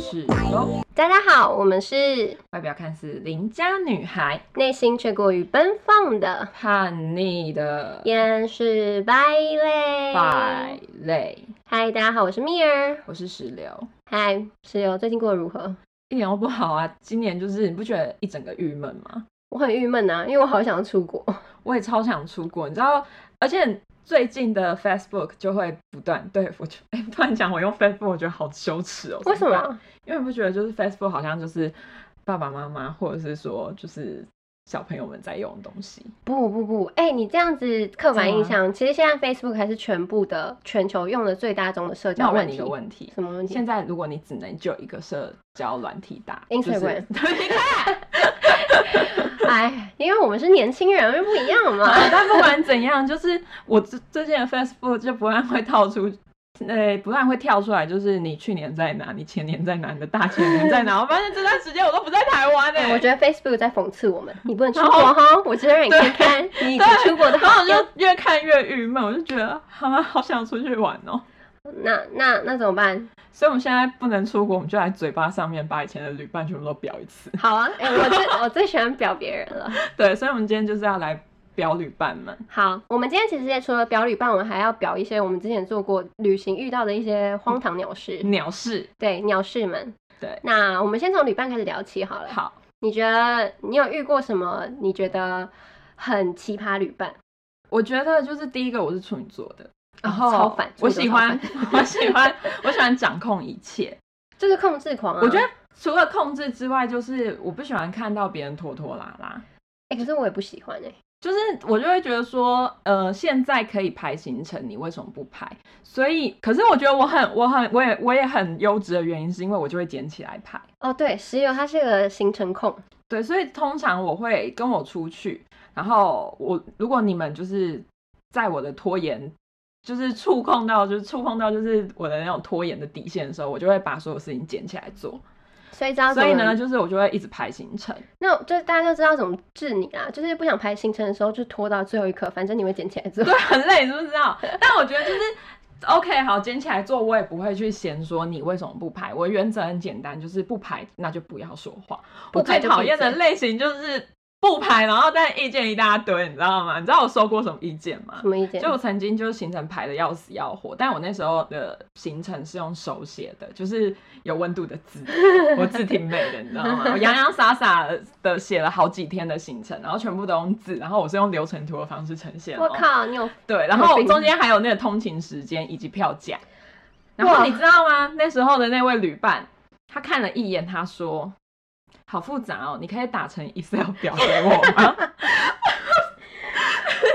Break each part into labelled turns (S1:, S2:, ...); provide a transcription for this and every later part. S1: 是哟，
S2: 大家好，我们是
S1: 外表看似邻家女孩，
S2: 内心却过于奔放的
S1: 叛逆的
S2: 厌世败类。
S1: 败类。
S2: 嗨，大家好，我是蜜儿。
S1: 我是石榴，
S2: 嗨，石榴，最近过得如何？
S1: 一点都不好啊！今年就是你不觉得一整个郁闷吗？
S2: 我很郁闷啊，因为我好想出国。
S1: 我也超想出国，你知道，而且最近的 Facebook 就会不断对我就 哎、突然讲我用 Facebook，我觉得好羞耻哦。
S2: 为什
S1: 怎办？
S2: 么？
S1: 因为你不觉得就是 Facebook 好像就是爸爸妈妈或者是说就是小朋友们在用的东西。
S2: 不不不，哎、你这样子刻板印
S1: 怎
S2: 象，其实现在 Facebook 还是全部的全球用的最大宗的社
S1: 那
S2: 交
S1: 我
S2: 软
S1: 问你一
S2: 体。
S1: 个问题，
S2: 什么问题？
S1: 现在如果你只能就一个社交软体打
S2: Instagram
S1: 就是
S2: 哎，因为我们是年轻人，又不一 样嘛。
S1: 但不管怎样，就是我最最近的 Facebook 就不但会套出。 呃，不但会跳出来，就是你去年在哪，你前年在哪，你的大前年在哪。我发现这段时间我都不在台湾哎、
S2: 哎我觉得 Facebook 在讽刺我们，你不能出
S1: 然
S2: 国
S1: 后
S2: 哈，我只是让你看看你已经
S1: 对
S2: 出国的
S1: 然后
S2: 好
S1: 我就越看越郁闷，我就觉得好好想出去玩哦。
S2: 那那那怎么办？
S1: 所以我们现在不能出国，我们就在嘴巴上面把以前的旅伴全部都表一次。
S2: 好啊，哎、我最我最喜欢表别人了。
S1: 对，所以我们今天就是要来表旅伴们。
S2: 好，我们今天其实也除了表旅伴，我们还要表一些我们之前做过旅行遇到的一些荒唐鸟事。
S1: 鸟事，
S2: 对，鸟事们。
S1: 嗯对
S2: 那我们先从旅伴开始聊起好了。
S1: 好，
S2: 你觉得你有遇过什么？你觉得很奇葩旅伴？
S1: 我觉得就是第一个我是处女座的，然
S2: 哦
S1: 后
S2: 超反
S1: 我
S2: 处女
S1: 喜
S2: 座超
S1: 欢， 我喜欢，我喜欢掌控一切。
S2: 就是控制狂啊！
S1: 我觉得除了控制之外，就是我不喜欢看到别人拖拖拉拉。
S2: 哎、可是我也不喜欢哎、
S1: 就是我就会觉得说，呃，现在可以排行程，你为什么不排？所以，可是我觉得我很、我很、我也、我也很优质的原因，是因为我就会捡起来排。
S2: 哦，对，石油它是个行程控，
S1: 对，所以通常我会跟我出去，然后我如果你们就是在我的拖延，就是触碰到，就是触碰到就是我的那种拖延的底线的时候，我就会把所有事情捡起来做。
S2: 所以知道怎
S1: 所以
S2: 么
S1: 呢，就是我就会一直排行程。
S2: 那我就是大家就知道怎么治你啦，就是不想排行程的时候就拖到最后一刻，反正你会捡起来做。
S1: 对，很累，你知不知道？但我觉得就是 OK，好，捡起来做，我也不会去嫌说你为什么不排。我原则很简单，就是不排，那就不要说话。
S2: 不
S1: 我
S2: 排
S1: 最
S2: 就
S1: 讨
S2: 闭
S1: 厌的
S2: 嘴
S1: 类型就是不排，然后但意见一大堆，你知道吗？你知道我收过什么意见吗
S2: 什？么意见？
S1: 就我曾经就是行程排的要死要活，但我那时候的行程是用手写的，就是有温度的 字，我字挺美的，你知道吗？我洋洋洒洒的写了好几天的行程，然后全部都用字，然后我是用流程图的方式呈现、哦。
S2: 我靠，你有
S1: 对，然
S2: 有
S1: 后
S2: 病
S1: 中间还有那个通勤时间以及票价。然
S2: 哇
S1: 后你知道吗？那时候的那位旅伴，他看了一眼，他说：“好复杂哦，你可以打成 Excel 表给我吗？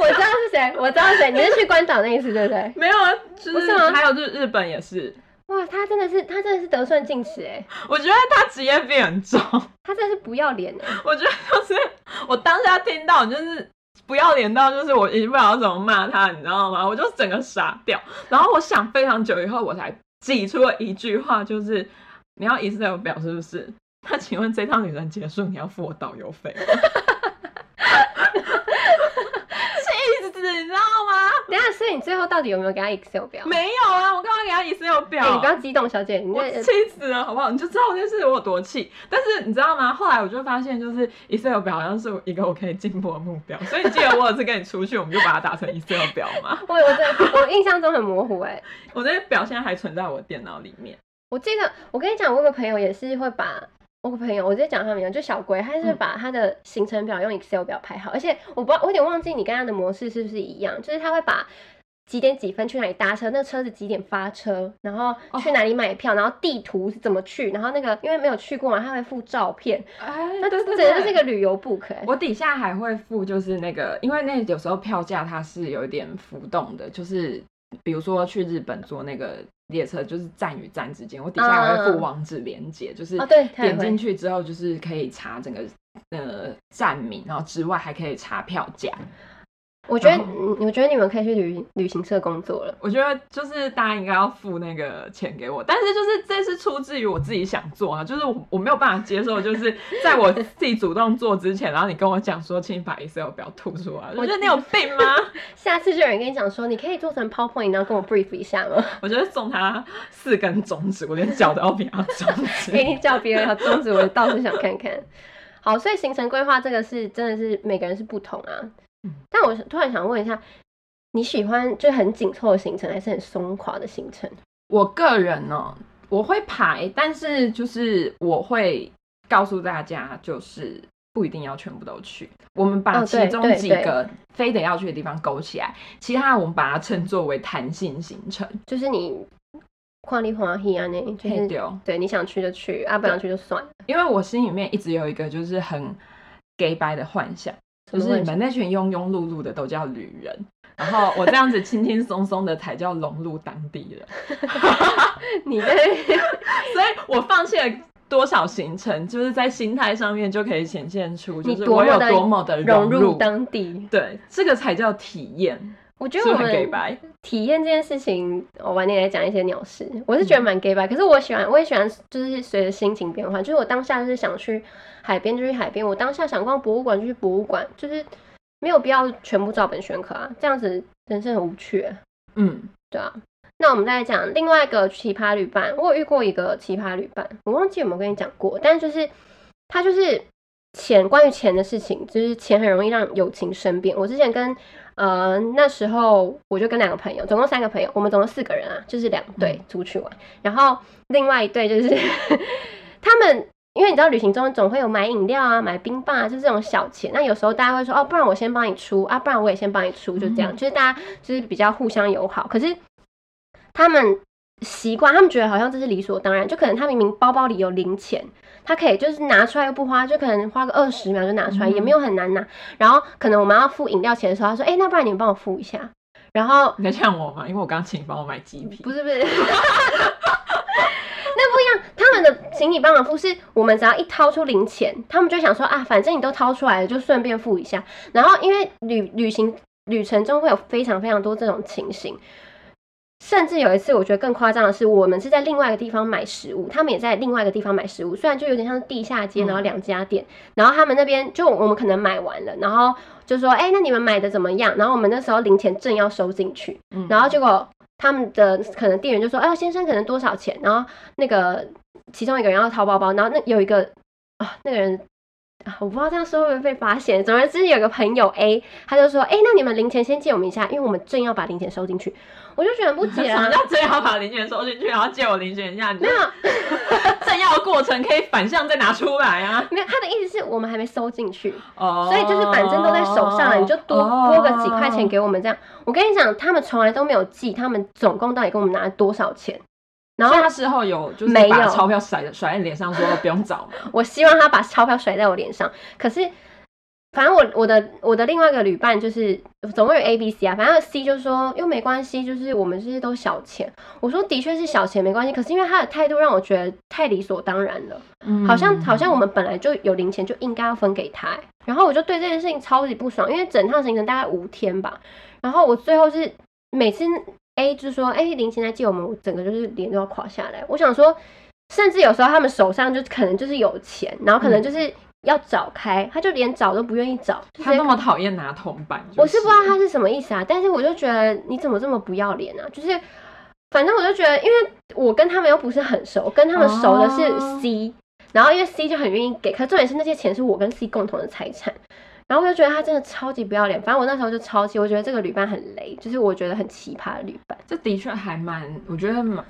S2: 我知道是谁，我知道是谁，你是去关岛那一次对不对？”
S1: 没有啊，就
S2: 不是
S1: 是
S2: 吗
S1: 还有就是日本也是，
S2: 哇，他真的是，他真的是得寸进尺哎，
S1: 我觉得他职业病很重。
S2: 他真的是不要脸哎，
S1: 我觉得就是我当下听到，就是不要脸到，就是我已经不知道怎么骂他，你知道吗？我就整个傻掉。然后我想非常久以后，我才挤出了一句话，就是你要 Excel 表是不是？ 那请问这趟旅程结束，你要付我导游 费吗？ 气死，你知道吗？
S2: 等一下，所以你最后到底有没有给他 Excel 表？
S1: 没有啊，我干嘛给他 Excel 表？
S2: 哎，你不要激动，小姐，你
S1: 我
S2: 这
S1: 气死了，好不好？你就知道这事我有多气。但是你知道吗？后来我就发现，就是 Excel 表好像是一个我可以进步的目标。所以你记得我有次跟你出去，我们就把它打成 Excel 表嘛。
S2: 我我这我印象中很模糊哎，
S1: 我那些表现在还存在我的电脑里面。
S2: 我记得我跟你讲，我有个朋友也是会把。我有个朋友，我直接讲他名字，就小龟，他是
S1: 嗯
S2: 把他的行程表用 Excel 表排好，而且我不知道，我有点忘记你跟他的模式是不是一样，就是他会把几点几分去哪里搭车，那车子几点发车，然后
S1: 哦
S2: 去哪里买票，然后地图是怎么去，然后那个因为没有去过嘛，他会附照片，
S1: 哎，
S2: 那这真的是一个旅游 book 哎、
S1: 我底下还会附，就是那个，因为那有时候票价它是有一点浮动的，就是比如说去日本坐那个列车，就是站与站之间，我底下还会
S2: 嗯嗯嗯
S1: 附网址连接，就是
S2: 哦对它也
S1: 点
S2: 会
S1: 进去之后，就是可以查整个呃站名，然后之外还可以查票价。
S2: 我觉得，
S1: 然后
S2: 嗯我觉得你们可以去旅旅行社工作了。
S1: 我觉得就是大家应该要付那个钱给我，但是就是这是出自于我自己想做啊，就是我我没有办法接受，就是在我自己主动做之前，然后你跟我讲说，请你把 Excel 表吐出来，我觉得你有病吗？
S2: 下次就有人跟你讲说，你可以做成 PowerPoint，然后跟我 brief 一下吗？
S1: 我觉得送他四根中指，我连脚都要比他中 指
S2: 可。以叫别人要终止，我倒是想看看。好，所以行程规划这个是真的是每个人是不同啊
S1: 嗯。
S2: 但我突然想问一下，你喜欢就很紧凑的行程，还是很松垮的行程？
S1: 我个人呢、哦我会排，但是就是我会告诉大家，就是不一定要全部都去。我们把
S2: 哦
S1: 其
S2: 对
S1: 中
S2: 对
S1: 几
S2: 对
S1: 个非得要去的地方勾起来，其他我们把它称作为弹性行程。
S2: 就是你跨立花戏啊，那就
S1: 嘿
S2: 是
S1: 对哦
S2: 对你想去就去，啊不想去就 算了。
S1: 因为我心里面一直有一个就是很 gay 白的幻想，就
S2: 什么
S1: 是
S2: 幻
S1: 你
S2: 想
S1: 们那群庸庸碌碌的都叫旅人，然后我这样子轻轻松松的才叫融入当地人。
S2: 你在
S1: 所以我放弃了多少行程，就是在心态上面就可以显现出，就
S2: 你
S1: 是
S2: 多
S1: 我有
S2: 么的
S1: 多么的
S2: 融入
S1: 入
S2: 当地，
S1: 对，这个才叫体验，
S2: 我觉
S1: 是
S2: 得
S1: 不
S2: 我
S1: 是很给
S2: 们
S1: 白？
S2: 体验这件事情，我晚点来讲一些鸟事。我是觉得蛮 gay 吧，可是我喜欢，我也喜欢，就是随着心情变化。就是我当下就是想去海边就去海边，我当下想逛博物馆就去博物馆，就是没有必要全部照本宣科啊，这样子人生很无趣欸、
S1: 嗯，
S2: 对啊。那我们再来讲另外一个奇葩旅伴，我有遇过一个奇葩旅伴，我忘记有没有跟你讲过，但就是他就是钱，关于钱的事情，就是钱很容易让友情生变。我之前跟呃那时候我就跟两个朋友，总共三个朋友，我们总共四个人啊，就是两队出去玩，然后另外一队就是 他们。因为你知道旅行中总会有买饮料啊、买冰棒啊，就是这种小钱。那有时候大家会说哦，不然我先帮你出啊，不然我也先帮你出，就这样，
S1: 嗯
S2: 就是大家就是比较互相友好。可是他们习惯，他们觉得好像这是理所当然，就可能他明明包包里有零钱，他可以就是拿出来又不花，就可能花个二十秒就拿出来，
S1: 嗯
S2: 也没有很难拿。然后可能我们要付饮料钱的时候，他说：“哎、那不然你们帮我付一下。”然后
S1: 你在呛我吗？因为我刚请你帮我买鸡皮
S2: 不，是 不是，那不一样。他们的请你帮忙付，是我们只要一掏出零钱，他们就想说啊，反正你都掏出来了，就顺便付一下。然后因为旅旅行旅程中会有非常非常多这种情形。甚至有一次，我觉得更夸张的是，我们是在另外一个地方买食物，他们也在另外一个地方买食物，虽然就有点像是地下街，
S1: 嗯
S2: 然后两家店，然后他们那边就我们可能买完了，然后就说，哎、那你们买的怎么样？然后我们那时候零钱正要收进去，
S1: 嗯
S2: 然后结果他们的可能店员就说：“哎、先生，可能多少钱？”然后那个其中一个人要掏包包，然后那有一个啊、那个人啊，我不知道这样说会不会被发现。总而言之，有个朋友 A，他就说：“哎、那你们零钱先借我们一下，因为我们正要把零钱收进去。”我就觉得很不 解
S1: 什
S2: 啊
S1: 么，叫真要把零钱收进去，然后借我零钱一下？你就
S2: 没有
S1: 正要的过程可以反向再拿出来啊。
S2: 没有，他的意思是我们还没收进去。
S1: 哦，
S2: 所以就是反正都在手上了，你就多拨个几块钱给我们这样。我跟你讲，他们从来都没有记他们总共到底给我们拿了多少钱。然
S1: 哦。
S2: 后
S1: 所以他事后有就是
S2: 没
S1: 把
S2: 有
S1: 钞票甩甩在你脸上说不用找嘛。
S2: 我希望他把钞票甩在我脸上。可是，反正我我的我的另外一个旅伴就是总共有 A、B、C 啊，反正 C 就说又没关系，就是我们这些都小钱。我说的确是小钱没关系，可是因为他的态度让我觉得太理所当然了，
S1: 嗯
S2: 好像好像我们本来就有零钱就应该要分给他欸、然后我就对这件事情超级不爽，因为整趟行程大概五天吧，然后我最后是每次 A 就说：“哎、林现在借我们，我整个就是脸都要垮下来。”我想说，甚至有时候他们手上就可能就是有钱，然后
S1: 嗯
S2: 可能就是要找开，他就连找都不愿意找。就
S1: 他
S2: 是
S1: 那么讨厌拿铜板，就
S2: 我是不知道他是什么意思啊，但是我就觉得你怎么这么不要脸啊？就是反正我就觉得，因为我跟他们又不是很熟，跟他们熟的
S1: 哦
S2: 是 C，、然后因为 C 就很愿意给，可重点是那些钱是我跟 C 共同的财产。然后我就觉得他真的超级不要脸，反正我那时候就超气，我觉得这个旅伴很雷，就是我觉得很奇葩的旅伴。
S1: 这的确还蛮，我觉得蛮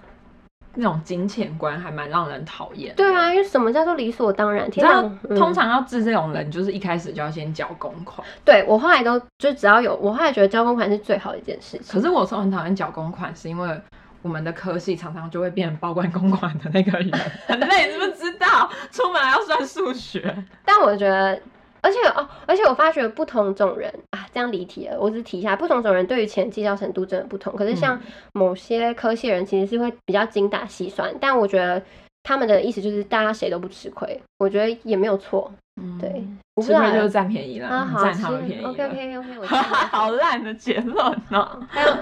S1: 那种金钱观还蛮让人讨厌。
S2: 对，啊，因为什么叫做理所当然？
S1: 你
S2: 天
S1: 知道
S2: 哪，嗯
S1: 通常要治这种人，就是一开始就要先缴公款。
S2: 对我后来都就只要有，我后来觉得交公款是最好的一件事情。
S1: 可是我说很讨厌缴公款，是因为我们的科系常常就会变成报关公款的那个人， 很累，知不知道？出门还要算数学。
S2: 但我觉得，而且哦，而且我发觉不同种人啊，这样离题了，我只是提一下，不同种人对于钱计较程度
S1: 嗯
S2: 真的不同。可是像某些科系的人，其实是会比较精打细算，但我觉得。他们的意思就是大家谁都不吃亏，我觉得也没有错。
S1: 嗯
S2: 对，我不
S1: 吃
S2: 知道
S1: 亏就是
S2: 啊，
S1: 占便宜啦，嗯
S2: 好
S1: 占他们便宜了。
S2: OK OK OK，我
S1: 好烂的结论哦！
S2: 还有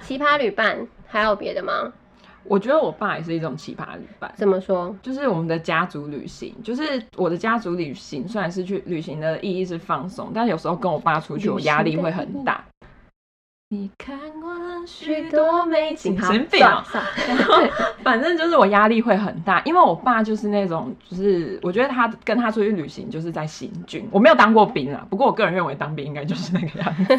S2: 奇葩旅伴，还有别的吗？
S1: 我觉得我爸也是一种奇葩旅伴，
S2: 怎么说？
S1: 就是我们的家族旅行，就是我的家族旅行，虽然是去旅行的意义是放松，但有时候跟我爸出去，
S2: 旅
S1: 我压力
S2: 行的
S1: 会
S2: 意义
S1: 很大。你看过了许
S2: 多
S1: 多美景，
S2: 好
S1: 神病
S2: 算
S1: 哦
S2: 了！算了
S1: 反正就是我压力会很大，因为我爸就是那种，就是我觉得他跟他出去旅行就是在行军。我没有当过兵啊啦，不过我个人认为当兵应该就是那个样子，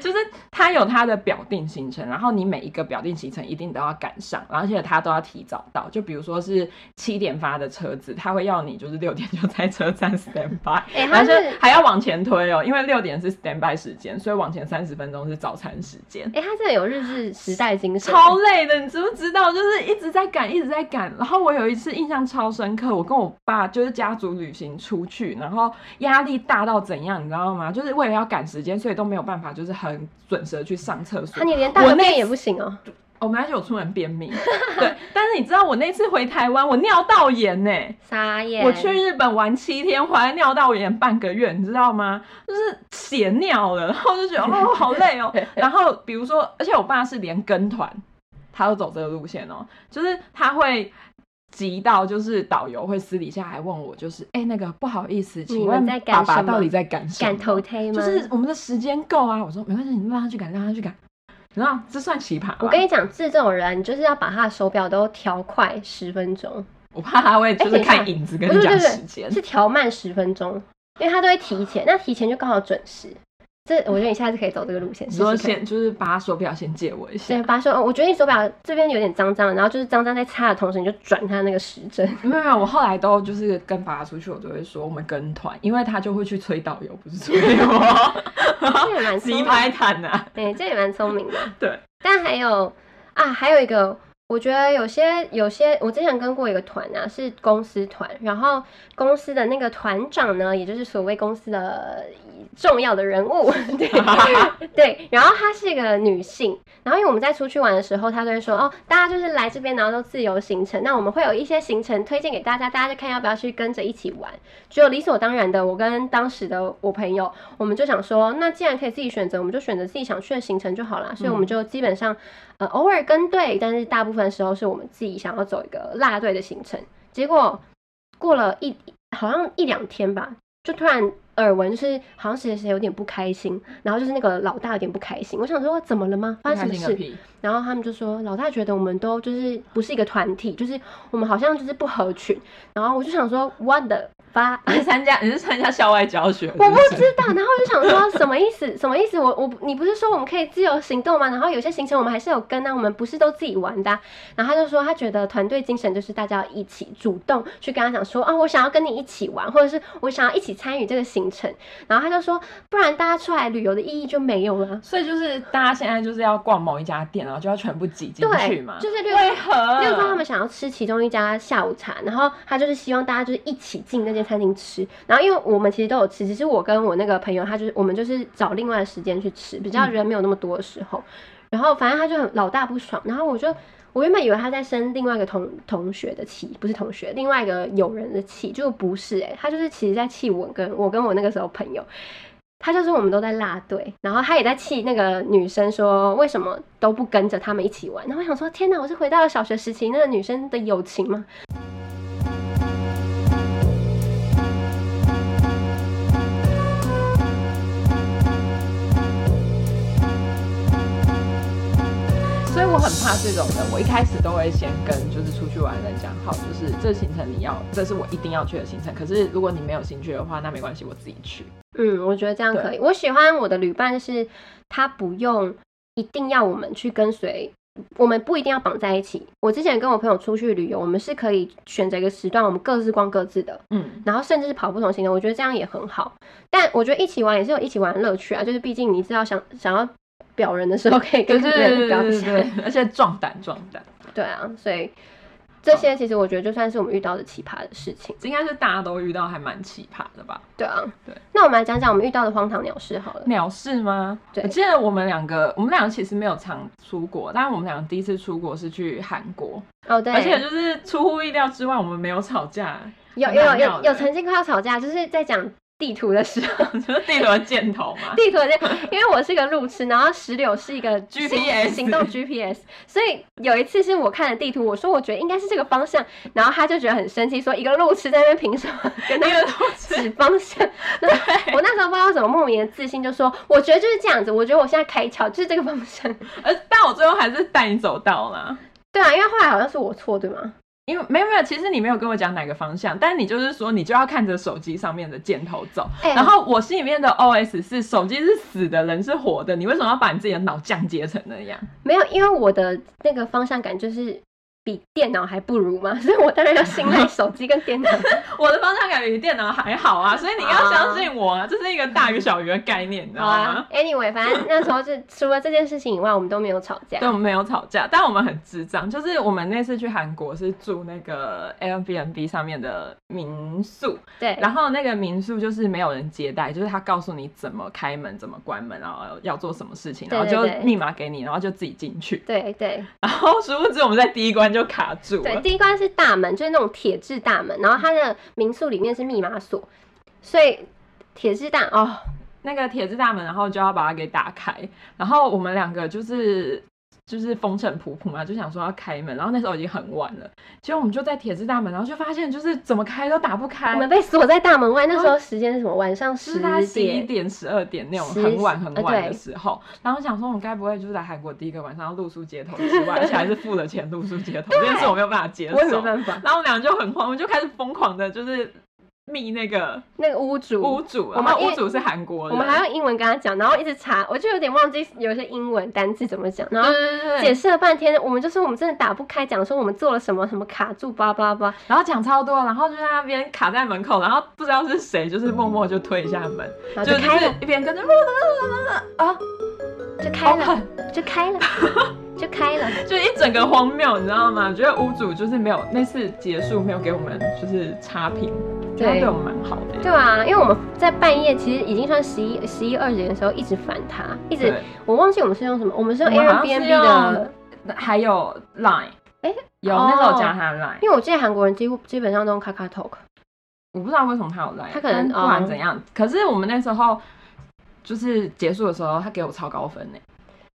S1: 就是他有他的表定行程，然后你每一个表定行程一定都要赶上，而且他都要提早到。就比如说是七点发的车子，他会要你就是六点就在车站 stand by，
S2: 哎、他
S1: 而
S2: 是
S1: 且
S2: 哎、
S1: 还要往前推哦，因为六点是 stand by 时间，所以往前三十分钟是早餐时间。
S2: 他真的有日式时代精神，
S1: 超累的，你知不知道？就是一直在赶，一直在赶。然后我有一次印象超深刻，我跟我爸就是家族旅行出去，然后压力大到怎样，你知道吗？就是为了要赶时间，所以都没有办法，就是很准时的去上厕所
S2: 啊，。你连大
S1: 我
S2: 个
S1: 那
S2: 便也不行哦、
S1: 哦，没关系，我出门便秘。对，但是你知道我那次回台湾，我尿道炎呢、
S2: 撒耶！
S1: 我去日本玩七天，回来尿道炎半个月，你知道吗？就是血尿了，然后就觉得哦好累 哦。然后比如说，而且我爸是连跟团，他都走这个路线哦，就是他会。急到就是导游会私底下还问我，就是哎、那个不好意思，请问
S2: 们在干
S1: 爸爸
S2: 什么
S1: 到底在赶什么？
S2: 敢投胎吗？
S1: 就是我们的时间够啊。我说没关系，你让他去赶，让他去赶。你知道这算奇葩吧？
S2: 我跟你讲，治这种人，你就是要把他的手表都调快十分钟，
S1: 我怕他会就是
S2: 哎等一下
S1: 看影子跟
S2: 不
S1: 你
S2: 是
S1: 讲
S2: 不是
S1: 时间。
S2: 是调慢十分钟，因为他都会提前，那提前就刚好准时。这我觉得你下次可以走这个路线，
S1: 你
S2: 试
S1: 说
S2: 试看。
S1: 先就是把他手表先借我一下，
S2: 对，把他说，哦我觉得你手表这边有点脏脏的，然后就是脏脏在擦的同时，你就转他那个时针。
S1: 没有没有，我后来都就是跟爸爸出去，我都会说我们跟团，因为他就会去催导游，不是催我，
S2: 这也蛮聪
S1: 急
S2: 明，
S1: 拍坦呐。
S2: 哎、这也蛮聪明的。
S1: 对，
S2: 但还有啊，还有一个，我觉得有些有些，我之前跟过一个团啊，是公司团，然后公司的那个团长呢，也就是所谓公司的重要的人物， 对对，然后她是一个女性，然后因为我们在出去玩的时候，她就会说哦，大家就是来这边，然后都自由行程，那我们会有一些行程推荐给大家，大家就看要不要去跟着一起玩。就理所当然的，我跟当时的我朋友，我们就想说，那既然可以自己选择，我们就选择自己想去的行程就好啦。所以我们就基本上，呃，偶尔跟队，但是大部分时候是我们自己想要走一个落队的行程。结果过了一好像一两天吧，就突然耳闻就是好像谁谁谁有点不开心，然后就是那个老大有点不开心。我想说怎么了吗？发
S1: 不
S2: 生
S1: 开
S2: 什么
S1: 心个
S2: 事？
S1: 屁！
S2: 然后他们就说，老大觉得我们都就是不是一个团体，就是我们好像就是不合群。然后我就想说，what the fuck？
S1: 你是参加你是参加校外教学？
S2: 我不
S1: 是
S2: 知道，然后我就想说什么意思？ 什么意思？我我你不是说我们可以自由行动吗？然后有些行程我们还是有跟啊，我们不是都自己玩的啊、然后他就说他觉得团队精神就是大家要一起主动去跟他讲说啊，我想要跟你一起玩，或者是我想要一起参与这个行程。然后他就说，不然大家出来旅游的意义就没有了。
S1: 所以就是大家现在就是要逛某一家店，然后就要全部挤进去
S2: 对
S1: 嘛，。
S2: 就是六
S1: 为何？
S2: 例如说，他们想要吃其中一家下午茶，然后他就是希望大家就是一起进那间餐厅吃。然后因为我们其实都有吃，只是我跟我那个朋友，他就是我们就是找另外的时间去吃，比较人没有那么多的时候。然后反正他就很老大不爽，然后我就我原本以为他在生另外一个同同学的气，不是同学，另外一个友人的气，就不是诶、他就是其实在气我跟我跟我那个时候朋友。他就说我们都在拉队，然后他也在气那个女生说为什么都不跟着他们一起玩。然后我想说，天哪，我是回到了小学时期那个女生的友情吗？
S1: 所以我很怕这种人，我一开始都会先跟就是出去玩的人讲好，就是这行程你要，这是我一定要去的行程。可是如果你没有兴趣的话，那没关系，我自己去。
S2: 嗯，我觉得这样可以。我喜欢我的旅伴是，他不用一定要我们去跟随，我们不一定要绑在一起。我之前跟我朋友出去旅游，我们是可以选择一个时段，我们各自逛各自的，
S1: 嗯，
S2: 然后甚至是跑不同行程，我觉得这样也很好。但我觉得一起玩也是有一起玩的乐趣啊，就是毕竟你知道想想要表人的时候，可以跟
S1: 对
S2: 更
S1: 对
S2: 多人
S1: 对
S2: 表
S1: 对
S2: 一
S1: 对
S2: 下。
S1: 对，而且壮胆壮胆。
S2: 对啊，所以这些其实我觉得就算是我们遇到的奇葩的事情。
S1: 这应该是大家都遇到，还蛮奇葩的吧？
S2: 对啊，
S1: 对。
S2: 那我们来讲讲我们遇到的荒唐鸟事好了。
S1: 鸟事吗？
S2: 对
S1: 我记得我们两个，我们两个其实没有常出国，但是我们两个第一次出国是去韩国，
S2: 哦，对，
S1: 而且就是出乎意料之外，我们没有吵架，
S2: 有
S1: 很
S2: 有
S1: 好笑
S2: 有
S1: 的
S2: 有曾经快要吵架，就是在讲地图的时候，
S1: 就是 地图的箭头嘛。
S2: 地图的，因为我是个路痴，然后石榴是一个行
S1: GPS
S2: 行动 GPS，所以有一次是我看了地图，我说我觉得应该是这个方向，然后他就觉得很生气，说一个路痴在那边凭什么跟
S1: 那
S2: 他
S1: 个 都是
S2: 指方向？ 然后我那时候不知道怎么莫名的自信，就说我觉得就是这样子，我觉得我现在开窍就是这个方向。
S1: 呃，但我最后还是带你走到啦。
S2: 对啊，因为后来好像是我错，对吗？
S1: 因为没有没有，其实你没有跟我讲哪个方向，但你就是说你就要看着手机上面的箭头走。
S2: 哎
S1: 然后我心里面的 OS 是：手机是死的，人是活的，你为什么要把你自己的脑降阶成那样？
S2: 没有，因为我的那个方向感就是比电脑还不如嘛， 所以我当然要信赖手机跟电脑。
S1: 我的方向感比电脑还好 啊，所以你要相信我啊，这是一个大于小于的概念，你知道
S2: 好
S1: 吗
S2: 啊？，anyway，反正那时候就除了这件事情以外，我们都没有吵架
S1: 对，。我们没有吵架，但我们很智障。就是我们那次去韩国是住那个 Airbnb 上面的民宿，
S2: 对，
S1: 然后那个民宿就是没有人接待，就是他告诉你怎么开门、怎么关门，然后要做什么事情，
S2: 对
S1: 然后就
S2: 对对
S1: 密码给你，然后就自己进去。
S2: 对对
S1: 然后殊不知我们在第一关就卡住
S2: 对，
S1: 了。
S2: 第一关是大门，就是那种铁质大门，然后它的民宿里面是密码锁，所以铁质大哦，
S1: 那个铁质大门，然后就要把它给打开。然后我们两个就是就是风尘仆仆嘛，就想说要开门。然后那时候已经很晚了，结果我们就在铁质大门，然后就发现就是怎么开都打不开
S2: 我。们被锁在大门外。那时候时间是什么？晚上
S1: 哎就是
S2: 十
S1: 大概十一
S2: 点。
S1: 点、十二点那种
S2: 十
S1: 很晚
S2: 呃
S1: 很晚的
S2: 对
S1: 时候，然后想说我们该不会就是来韩国第一个晚上要露宿街头之 外，而且还是付了钱露宿街头，这件事我没有办法接受。
S2: 我也没
S1: 然
S2: 办 法，
S1: 后我们俩就很慌，我们就开始疯狂的，就是密那个
S2: 那个屋主，
S1: 屋主，
S2: 我
S1: 然
S2: 们
S1: 后
S2: 因
S1: 屋
S2: 为
S1: 主是韩国
S2: 我
S1: 人，
S2: 们还用英文跟他讲，然后一直查，我就有点忘记有些英文单字怎么讲，然后
S1: 对对对对
S2: 解释了半天，我们就说我们真的打不开，讲说我们做了什么什么卡住，叭叭叭，
S1: 然后讲超多，然后就在那边卡在门口，然后不知道是谁，就是默默就推一下门，
S2: 然后
S1: 就
S2: 嗯就开
S1: 是
S2: 了，
S1: 一边跟着啊，
S2: 就开了，
S1: open，
S2: 就开了，就开了。
S1: 就一整个荒谬，你知道吗？我觉得屋主就是没有那次结束没有给我们就是差评，这样
S2: 对
S1: 对我们蛮好的。欸
S2: 对啊，因为我们在半夜其实已经算十一、十一二点的时候一直烦他，一直
S1: 对，
S2: 我忘记我们是用什么，我们是用
S1: 我们好像是
S2: Airbnb
S1: 用
S2: 的，
S1: 那还有 Line，
S2: 诶
S1: 有
S2: 哦
S1: 那时候加他 Line，
S2: 因为我记得韩国人几乎基本上都用 k a k a Talk，
S1: 我不知道为什么他有 Line，
S2: 他可
S1: 但
S2: 能
S1: 不管
S2: 哦
S1: 怎样，可是我们那时候。就是结束的时候，他给我超高分呢，欸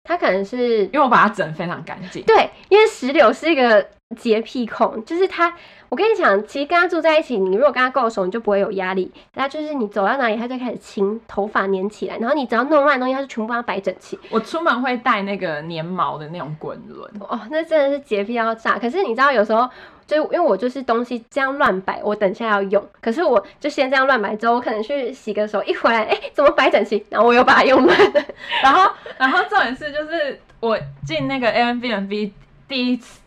S2: 他可能是
S1: 因为我把它整得非常干净。
S2: 对，因为石榴是一个洁癖控，就是他，我跟你讲，其实跟他住在一起，你如果跟他够熟，你就不会有压力。他就是你走到哪里，他就开始清头发粘起来，然后你只要弄乱的东西，他就全部帮他摆整齐。
S1: 我出门会带那个粘毛的那种滚轮，
S2: 哦，那真的是洁癖到炸。可是你知道，有时候就是因为我就是东西这样乱摆，我等一下要用，可是我就先这样乱摆，之后我可能去洗个手，一回来，哎、怎么摆整齐？然后我又把它用乱了。
S1: 然后，然后重点是，就是我进那个 Airbnb 第一次。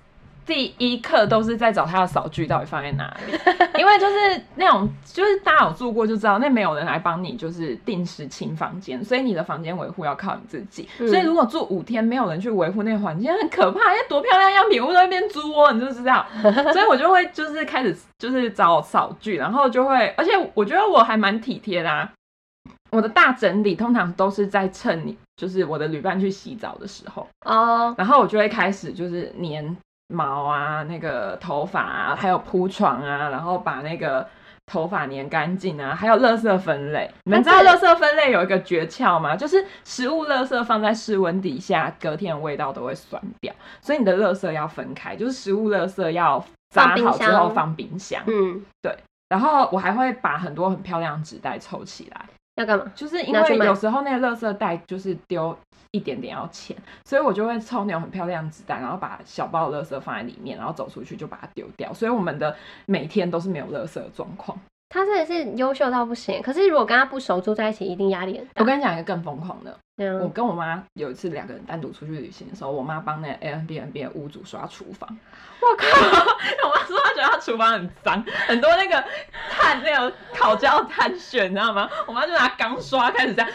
S1: 第一课都是在找他的扫具到底放在哪里，因为就是那种就是大家有住过就知道，那没有人来帮你就是定时清房间，所以你的房间维护要靠你自己。
S2: 嗯
S1: 所以如果住五天没有人去维护那个环境，很可怕，因为多漂亮样品屋都会变猪窝，你就知道。所以我就会就是开始就是找扫具，然后就会，而且我觉得我还蛮体贴的、啊，我的大整理通常都是在趁你就是我的旅伴去洗澡的时候，
S2: 哦，
S1: 然后我就会开始就是粘毛啊、那个头发啊，还有铺床啊，然后把那个头发粘干净啊，还有垃圾分 类。你们知道
S2: 啊对
S1: 垃圾分类有一个诀窍吗？就是食物垃圾放在室温底下，隔天味道都会酸掉，所以你的垃圾要分开，就是食物垃圾要
S2: 放
S1: 扎
S2: 冰
S1: 好之后
S2: 箱
S1: 放冰箱。
S2: 嗯，
S1: 然后我还会把很多很漂亮的纸袋抽起来。
S2: 要干嘛？
S1: 就是因
S2: 拿去
S1: 为
S2: 卖
S1: 有时候那个垃圾袋就是丢一点点要钱，所以我就会抽那种很漂亮的纸袋，然后把小包的垃圾放在里面，然后走出去就把它丢掉。所以我们的每天都是没有垃圾的状况。
S2: 他真的是优秀到不行，可是如果跟他不熟住在一起，一定压力很大。
S1: 我跟你讲一个更疯狂的，
S2: 对啊
S1: 我跟我妈有一次两个人单独出去旅行的时候，我妈帮那 Airbnb 的屋主刷厨房。 我靠！我妈说她觉得她厨房很脏，很多那个碳那种烤焦碳屑，你知道吗？我妈就拿钢刷开始这样。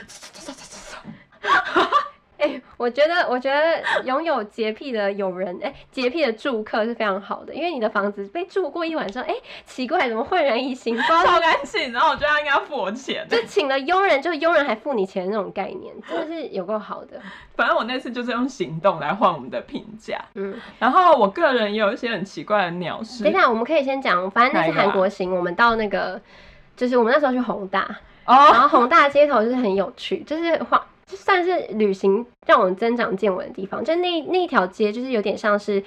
S2: 哎、我我觉得，我觉得拥有洁癖的友人，哎、洁癖的住客是非常好的，因为你的房子被住过一晚之后，哎、奇怪，怎么焕然一新？不知道
S1: 超干净，然后我觉得他应该要付我钱。
S2: 就请了佣人，就是佣人还付你钱那种概念，真的是有够好的。
S1: 反正我那次就是用行动来换我们的评价。
S2: 嗯，
S1: 然后我个人也有一些很奇怪的鸟事
S2: 等一下我们可以先讲，反正那是韩国行，我们到那个就是我们那时候去宏大，然
S1: 哦，
S2: 后宏大街头就是很有趣，就是晃，就算是旅行让我们增长见闻的地方。就那那一条街，就是有点像是，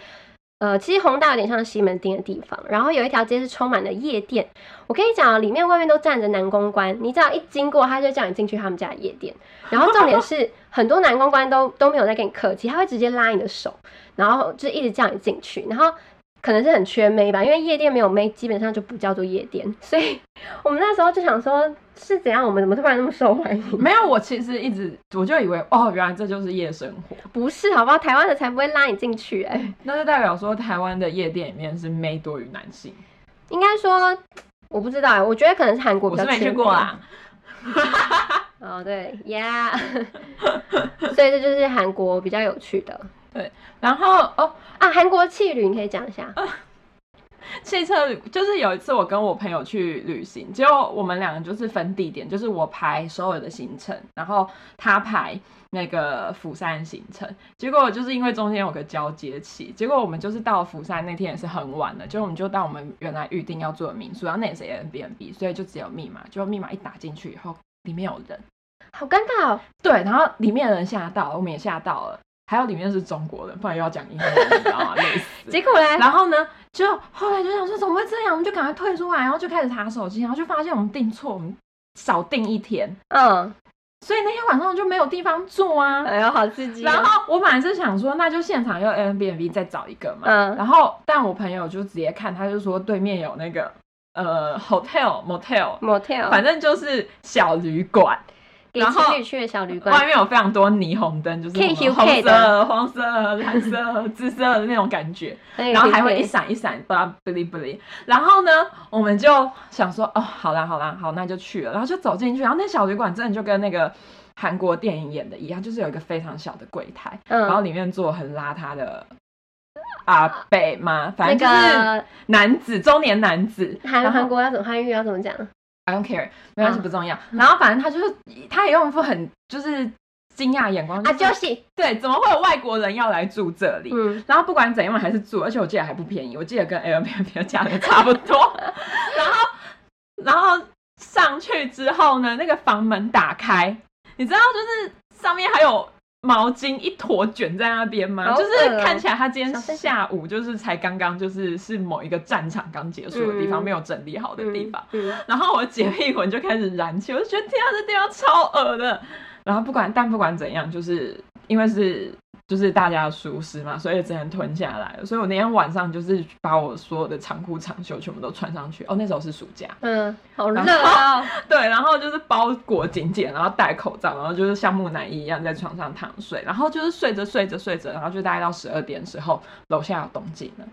S2: 呃，其实宏大有点像西门町的地方。然后有一条街是充满了夜店，我跟你讲啊，里面外面都站着男公关，你只要一经过，他就叫你进去他们家的夜店。然后重点是， 很多男公关都都没有在跟你客气，他会直接拉你的手，然后就一直叫你进去，然后。可能是很缺妹吧，因为夜店没有妹，基本上就不叫做夜店，所以我们那时候就想说，是怎样？我们怎么突然那么受欢迎？
S1: 没有，我其实一直我就以为哦，原来这就是夜生活，
S2: 不是，好不好？台湾的才不会拉你进去哎、
S1: 那就代表说台湾的夜店里面是妹多于男性。
S2: 应该说，我不知道哎、我觉得可能是韩国比
S1: 我
S2: 较
S1: 是没去
S2: 缺
S1: 过
S2: 乏
S1: 啊。
S2: 哦，对，Yeah，所以这就是韩国比较有趣的
S1: 然后哦，
S2: 啊。韩国气旅你可以讲一下，
S1: 汽车旅就是有一次我跟我朋友去旅行，结果我们两个就是分地点，就是我排所有的行程，然后他排那个釜山行程。结果就是因为中间有个交接期，结果我们就是到釜山那天也是很晚了，结果我们就到我们原来预定要住的民宿，然后那也是 Airbnb，所以就只有密码，结果密码一打进去以后，里面有人。
S2: 好尴尬哦。
S1: 对，然后里面的人吓到了，我们也吓到了，还有里面是中国人，不然又要讲英文，你知道吗？ 累死。
S2: 结果嘞，
S1: 然后呢，就后来就想说怎么会这样，我们就赶快退出来，然后就开始查手机，然后就发现我们订错，我们少订一天，
S2: 嗯，
S1: 所以那天晚上就没有地方住啊。
S2: 哎呦，好刺激、哦。
S1: 然后我本来是想说，那就现场用 Airbnb 再找一个嘛。
S2: 嗯，
S1: 然后，但我朋友就直接看，他就说对面有那个呃 hotel motel，
S2: 嗯，motel，
S1: 反正就是小旅馆。
S2: 给
S1: 然后
S2: 情侣去的小旅
S1: 外
S2: 馆，
S1: 面有非常多霓虹灯，就是
S2: 可以
S1: 什么
S2: hue
S1: 红
S2: K
S1: 色、
S2: 的
S1: 黄色、蓝色、紫色的那种感觉，
S2: 然
S1: 然后还会一闪一闪，巴拉哔哩哔哩。然后呢，我们就想说，哦，好啦好啦好，那就去了。然后就走进去，然后那小旅馆真的就跟那个韩国电影演的一样，就是有一个非常小的柜台，然后
S2: 嗯，
S1: 里面坐很邋遢的阿贝嘛，反
S2: 那
S1: 正就是
S2: 个
S1: 男子中年男子，
S2: 韩
S1: 然后
S2: 韩国要怎么汉语要怎么讲？
S1: I don't care，没关系，
S2: 啊
S1: 不重要。然后反正他就是，他也用一副很就是惊讶的眼光，说
S2: 啊，就是，
S1: 对，怎么会有外国人要来住这里？
S2: 嗯，
S1: 然后不管怎样还是住，而且我记得还不便宜，我记得跟 Airbnb 的价格差不多。然后，然后上去之后呢，那个房门打开，你知道，就是上面还有毛巾一坨卷在那边吗？
S2: 好
S1: 就
S2: 恶
S1: 是
S2: 哦
S1: 看起来他今天
S2: 小分享
S1: 下午就是才刚刚就是是某一个战场刚结束的地方，
S2: 嗯
S1: 没有整理好的地方。
S2: 嗯，嗯，
S1: 然后我洁癖魂就开始燃起，我就觉得天啊，这地方超恶的。然后不管但不管怎样，就是因为是就是大家的舒适嘛，所以只能吞下来了。所以我那天晚上就是把我所有的长裤长袖全部都穿上去。哦，那时候是暑假，
S2: 嗯，好热
S1: 然
S2: 哦，
S1: 对，然后就是包裹紧紧，然后戴口罩，然后就是像木乃伊一样在床上躺睡，然后就是睡着睡着睡着，然后就大概到十二点的时候，楼下有动静了，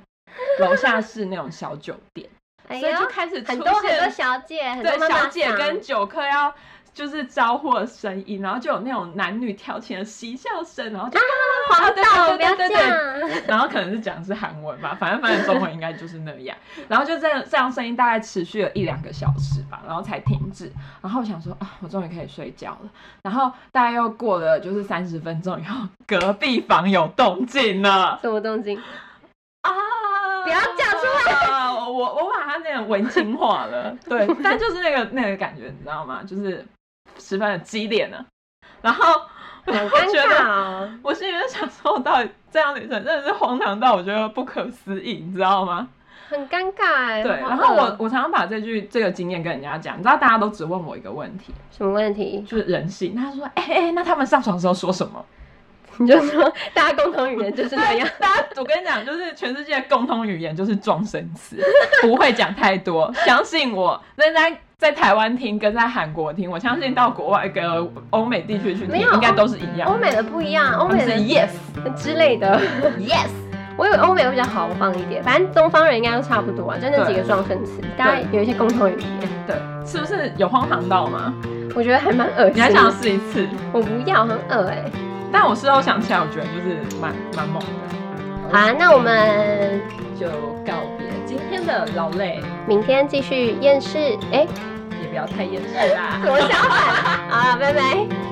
S1: 楼下是那种小酒店，
S2: 哎
S1: 所以
S2: 呦
S1: 就开始出
S2: 很
S1: 现
S2: 多很多小姐，很多
S1: 对，
S2: 妈妈
S1: 小姐
S2: 桑
S1: 跟酒客要就是招呼的声音，然后就有那种男女调情的嬉笑声，然后就
S2: 黄道不要这
S1: 对对
S2: 样，
S1: 然后可能是讲的是韩文吧，反正反正中文应该就是那样，然后就这样这样声音大概持续了一两个小时吧，然后才停止。然后我想说啊，我终于可以睡觉了。然后大概又过了就是三十分钟以后，隔壁房有动静了
S2: 什么动静？
S1: 啊！
S2: 不要叫出
S1: 来，我我把它那个文青化了， 对，但就是那个那个感觉，你知道吗？就是十分的激烈呢。然后
S2: 很
S1: 我
S2: 尴
S1: 觉得
S2: 尬哦。
S1: 我心里面想说，我到底这样的女生真的是荒唐到我觉得不可思议，你知道吗？
S2: 很尴尬哎。
S1: 对，
S2: 好
S1: 然后我
S2: 恶
S1: 我常常把这句这个经验跟人家讲，你知道大家都只问我一个问题，
S2: 什么问题？
S1: 就是人性。他说，哎、哎、那他们上床的时候说什么？
S2: 你就说大家共同语言就是那样，
S1: 大家，我跟你讲，就是全世界共通语言就是撞声词， 不会讲太多。相信我，那在在台湾听跟在韩国听，我相信到国外跟欧美地区去听，
S2: 没有
S1: 应该都是一样
S2: 欧
S1: 的。
S2: 美的不一样，欧
S1: 他们
S2: 美
S1: 嗯是
S2: 的
S1: yes
S2: 之类的。
S1: yes，
S2: 我以为欧美会比较豪放一点，反正东方人应该都差不多啊，就那几个撞声词，大家有一些共同语言，
S1: 对，是不是有荒唐到吗？
S2: 我觉得还蛮恶心的。
S1: 你还想要试一次？
S2: 我不要，很恶哎、
S1: 但我事后想起来，我觉得就是蛮蛮猛的。
S2: 好啊，那我们
S1: 就告别今天的劳累，
S2: 明天继续厌世，哎，
S1: 也不要太厌世啦
S2: 怎。么相反？好啊，拜拜。